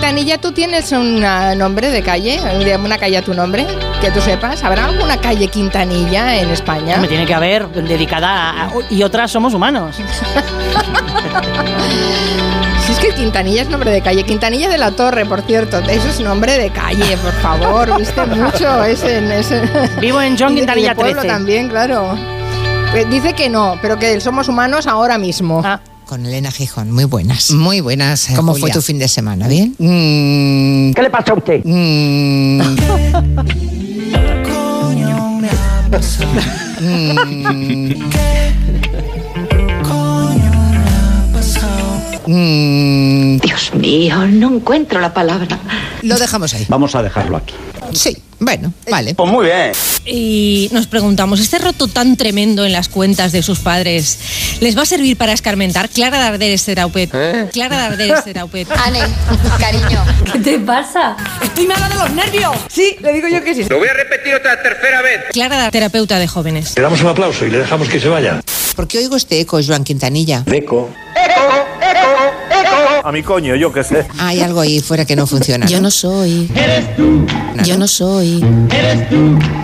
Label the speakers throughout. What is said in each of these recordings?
Speaker 1: Manilla, ¿tú tienes un ah, nombre de calle? ¿Una calle a tu nombre? Que tú sepas. ¿Habrá alguna calle Quintanilla en España?
Speaker 2: Me tiene que haber dedicada a, a- y otras somos humanos.
Speaker 1: Si es que Quintanilla es nombre de calle. Quintanilla de la Torre, por cierto. Eso es nombre de calle, por favor. Viste mucho ese... ese-
Speaker 2: Vivo en John
Speaker 1: Y de- y de
Speaker 2: Quintanilla
Speaker 1: pueblo
Speaker 2: 13.
Speaker 1: también, claro. Pues dice que no, pero que somos humanos ahora mismo.
Speaker 2: Ah,
Speaker 3: Con Elena Gijón, muy buenas.
Speaker 4: Muy buenas. eh,
Speaker 3: ¿Cómo fue
Speaker 4: Julia.
Speaker 3: tu fin de semana? ¿Bien?
Speaker 4: Mm,
Speaker 5: ¿Qué le pasa a usted?
Speaker 4: mm, mm,
Speaker 6: Dios mío, no encuentro la palabra.
Speaker 3: Lo dejamos ahí.
Speaker 5: Vamos a dejarlo aquí.
Speaker 3: Sí, bueno,
Speaker 4: Eh,
Speaker 3: vale.
Speaker 5: Pues muy bien.
Speaker 7: Y nos preguntamos, ¿este roto tan tremendo en las cuentas de sus padres les va a servir para escarmentar? Clara Darder es Teraupet. Clara Darder es Teraupet.
Speaker 8: Ale, cariño.
Speaker 9: ¿Qué te pasa?
Speaker 7: ¡Estoy mala de los nervios!
Speaker 9: Sí, le digo yo que sí.
Speaker 10: Lo voy a repetir otra tercera vez.
Speaker 7: Clara Darder, terapeuta de jóvenes.
Speaker 10: Le damos un aplauso y Pues le dejamos que se vaya.
Speaker 3: ¿Por qué oigo este eco, Joan Quintanilla?
Speaker 10: Deco. A mi coño, yo qué sé.
Speaker 3: Hay algo ahí fuera que no funciona.
Speaker 4: yo no soy. Yo no soy.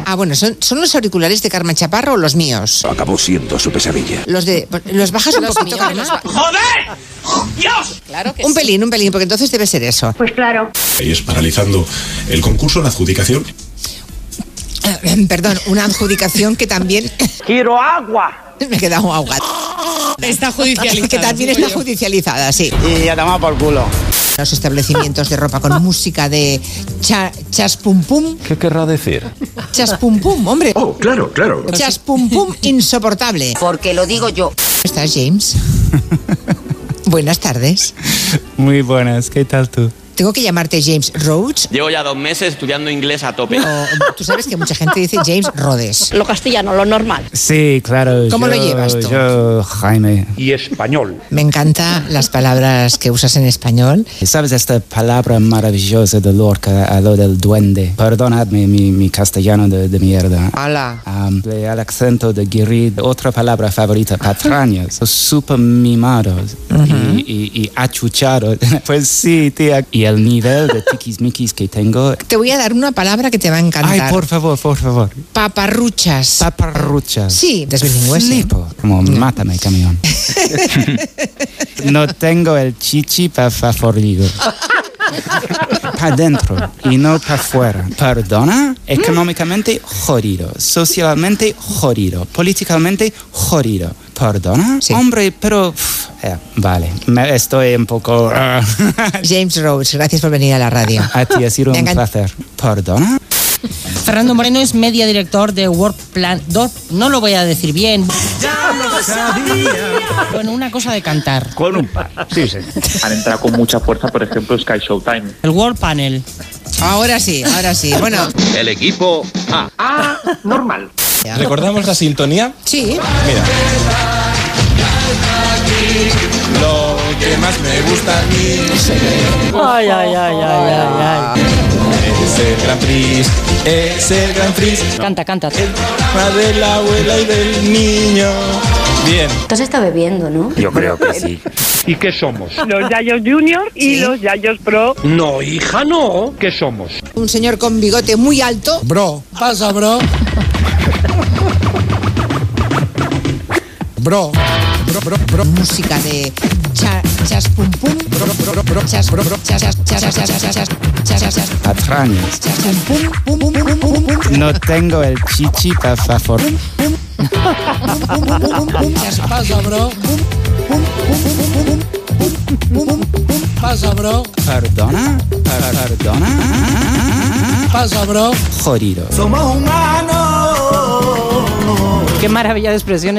Speaker 3: Ah, bueno, ¿son, son los auriculares de Carmen Chaparro o los míos?
Speaker 10: Acabó siendo su pesadilla.
Speaker 3: Los de. Los bajas un poquito, Carmen. Un pelín, un pelín, porque entonces debe ser eso.
Speaker 9: Pues claro.
Speaker 10: Es paralizando el concurso, la adjudicación.
Speaker 3: Eh, Perdón, una adjudicación que también
Speaker 5: Quiero agua.
Speaker 3: me he quedado agua.
Speaker 7: Está
Speaker 3: Que también está judicializada, sí.
Speaker 5: Y ya tomado por culo.
Speaker 3: Los establecimientos de ropa con música de cha- chas pum pum,
Speaker 10: ¿Qué querrá decir?
Speaker 3: chas pum pum, hombre.
Speaker 10: Oh, claro, claro.
Speaker 3: Chas pum pum insoportable.
Speaker 8: Porque lo digo yo.
Speaker 3: ¿Estás, James? Buenas tardes.
Speaker 11: Muy buenas, ¿qué tal tú?
Speaker 3: Tengo que llamarte James Rhodes.
Speaker 10: Llevo ya dos meses estudiando inglés a tope.
Speaker 3: O, tú sabes que mucha gente dice James Rhodes.
Speaker 6: Lo castellano, lo normal.
Speaker 11: Sí, claro.
Speaker 3: ¿Cómo lo
Speaker 11: yo-
Speaker 3: llevas tú?
Speaker 11: Yo, Jaime.
Speaker 5: Y español.
Speaker 3: Me encantan las palabras que usas en español.
Speaker 11: ¿Sabes esta palabra maravillosa de Lorca a lo del duende? Perdonadme mi, mi castellano de, de mierda.
Speaker 3: Hola.
Speaker 11: Am, le- al acento de Guirri, otra palabra favorita, patrañas, Los super mimados y, y- y achuchados. Pues sí, tía. Y el nivel de tiquismiquis que tengo.
Speaker 3: Te voy a dar una palabra que te va a encantar.
Speaker 11: Ay, por favor, por favor.
Speaker 3: Paparruchas.
Speaker 11: Paparruchas.
Speaker 3: sí, desbilingüe. sí.
Speaker 11: Flipo. Como, mátame, camión. no tengo el chichi para favorito. Para dentro y no para fuera. Perdona, económicamente jodido, socialmente jodido, políticamente jodido. Perdona,
Speaker 3: Sí.
Speaker 11: hombre, pero... pf, eh, vale, me estoy un poco... ah.
Speaker 3: James Rhodes, gracias por venir a la radio.
Speaker 11: A ti ha sido
Speaker 3: Me
Speaker 11: un
Speaker 3: engan-
Speaker 11: placer. Perdona.
Speaker 7: Fernando Moreno es media director de WordPlan. Dor- No lo voy a decir bien. Bueno, una cosa de cantar.
Speaker 5: Con un par. Sí, sí. Han entrado con mucha fuerza, por ejemplo, Sky Showtime.
Speaker 7: El Word Panel.
Speaker 3: Ahora sí, ahora sí. Bueno,
Speaker 10: El equipo A.
Speaker 5: Ah, normal.
Speaker 3: ya.
Speaker 10: ¿Recordamos la sintonía?
Speaker 3: sí.
Speaker 10: Mira. Lo que más me gusta a mí
Speaker 2: Ay, ay, ay, ay, ay,
Speaker 1: Ah.
Speaker 2: ay.
Speaker 10: es el Gran Prix, es el Gran Prix.
Speaker 2: Canta, canta.
Speaker 10: La de la abuela y del niño. Bien.
Speaker 9: Tú has estado bebiendo, ¿no?
Speaker 10: Yo creo que sí.
Speaker 5: ¿Y qué somos?
Speaker 9: Los Yayos Junior y los Yayos Pro.
Speaker 5: No, hija, no. ¿Qué somos?
Speaker 3: Un señor con bigote muy alto.
Speaker 4: Bro. Pasa, bro. Bro. Bro, bro, bro.
Speaker 3: Música de cha- chas pum pum. Chas bro, bro, chas chas chas chas chas chas chas chas chas chas
Speaker 11: Patrañas.
Speaker 3: chas pum pum pum pum pum pum pum
Speaker 11: No tengo el chichi para favorito.
Speaker 3: pum pum pum pum chas
Speaker 4: Pasa, bro. Pasa, bro.
Speaker 11: Perdona, per- perdona,
Speaker 4: Pasa, bro.
Speaker 11: jodido.
Speaker 2: Qué maravilla de expresión